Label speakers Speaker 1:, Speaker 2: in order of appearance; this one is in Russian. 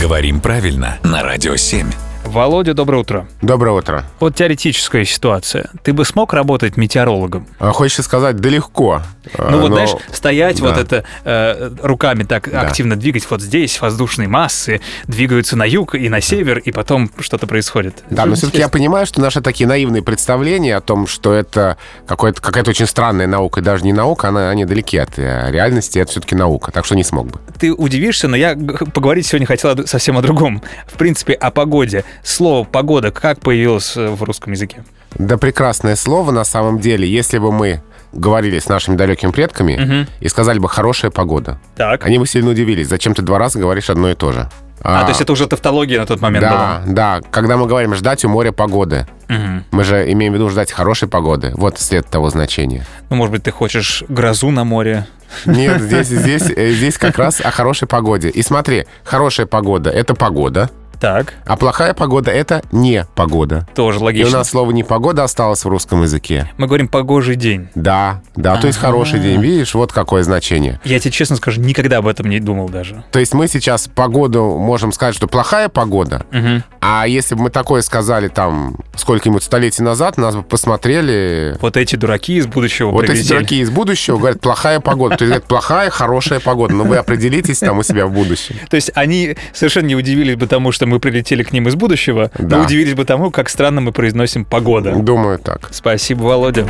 Speaker 1: Говорим правильно на Радио 7.
Speaker 2: Володя, доброе утро.
Speaker 3: Доброе утро.
Speaker 2: Вот теоретическая ситуация. Ты бы смог работать метеорологом?
Speaker 3: А, Хочется сказать, да легко. А,
Speaker 2: Ну вот,
Speaker 3: но-
Speaker 2: знаешь, стоять
Speaker 3: да.
Speaker 2: вот это э, руками так активно двигать, вот здесь воздушные массы двигаются на юг и на север, и потом что-то происходит.
Speaker 3: Да, но все-таки я понимаю, что наши такие наивные представления о том, что это какое-то- какая-то очень странная наука, и даже не наука, она, они далеки от э, реальности, это все-таки наука, так что не смог бы.
Speaker 2: Ты удивишься, но я г- поговорить сегодня хотел о- совсем о другом. В принципе, о погоде. Слово «погода» как появилось э, в русском языке?
Speaker 3: Да прекрасное слово на самом деле, если бы мы говорили с нашими далекими предками и сказали бы «хорошая погода»,
Speaker 2: Так.
Speaker 3: они бы сильно удивились, зачем ты два раза говоришь одно и то же.
Speaker 2: А, то есть это уже тавтология на тот момент была?
Speaker 3: Да, да, когда мы говорим «ждать у моря погоды»,
Speaker 2: Мгм.
Speaker 3: мы же имеем в виду ждать хорошей погоды, вот след того значения.
Speaker 2: Ну, может быть, ты хочешь грозу на море?
Speaker 3: Нет, здесь, здесь, э, здесь как раз о хорошей погоде. И смотри, хорошая погода — это погода,
Speaker 2: Так,
Speaker 3: а плохая погода — это не погода.
Speaker 2: тоже
Speaker 3: И у
Speaker 2: логично.
Speaker 3: нас слово «непогода» осталось в русском языке.
Speaker 2: Мы говорим «погожий день».
Speaker 3: Да, да, то есть хороший день. Видишь, вот какое значение.
Speaker 2: Я тебе честно скажу, никогда об этом не думал даже.
Speaker 3: То есть мы сейчас погоду можем сказать, что плохая погода,
Speaker 2: Мгм.
Speaker 3: а если бы мы такое сказали там сколько-нибудь столетий назад, нас бы посмотрели...
Speaker 2: Вот эти дураки из будущего
Speaker 3: Вот эти
Speaker 2: привезли.
Speaker 3: дураки из будущего говорят, плохая погода. То есть говорят, плохая, хорошая погода. Но вы определитесь там у себя в будущем.
Speaker 2: То есть они совершенно не удивились бы тому, что мы прилетели к ним из будущего,
Speaker 3: Да.
Speaker 2: но удивились бы тому, как странно мы произносим «погода».
Speaker 3: Думаю так.
Speaker 2: Спасибо, Володя.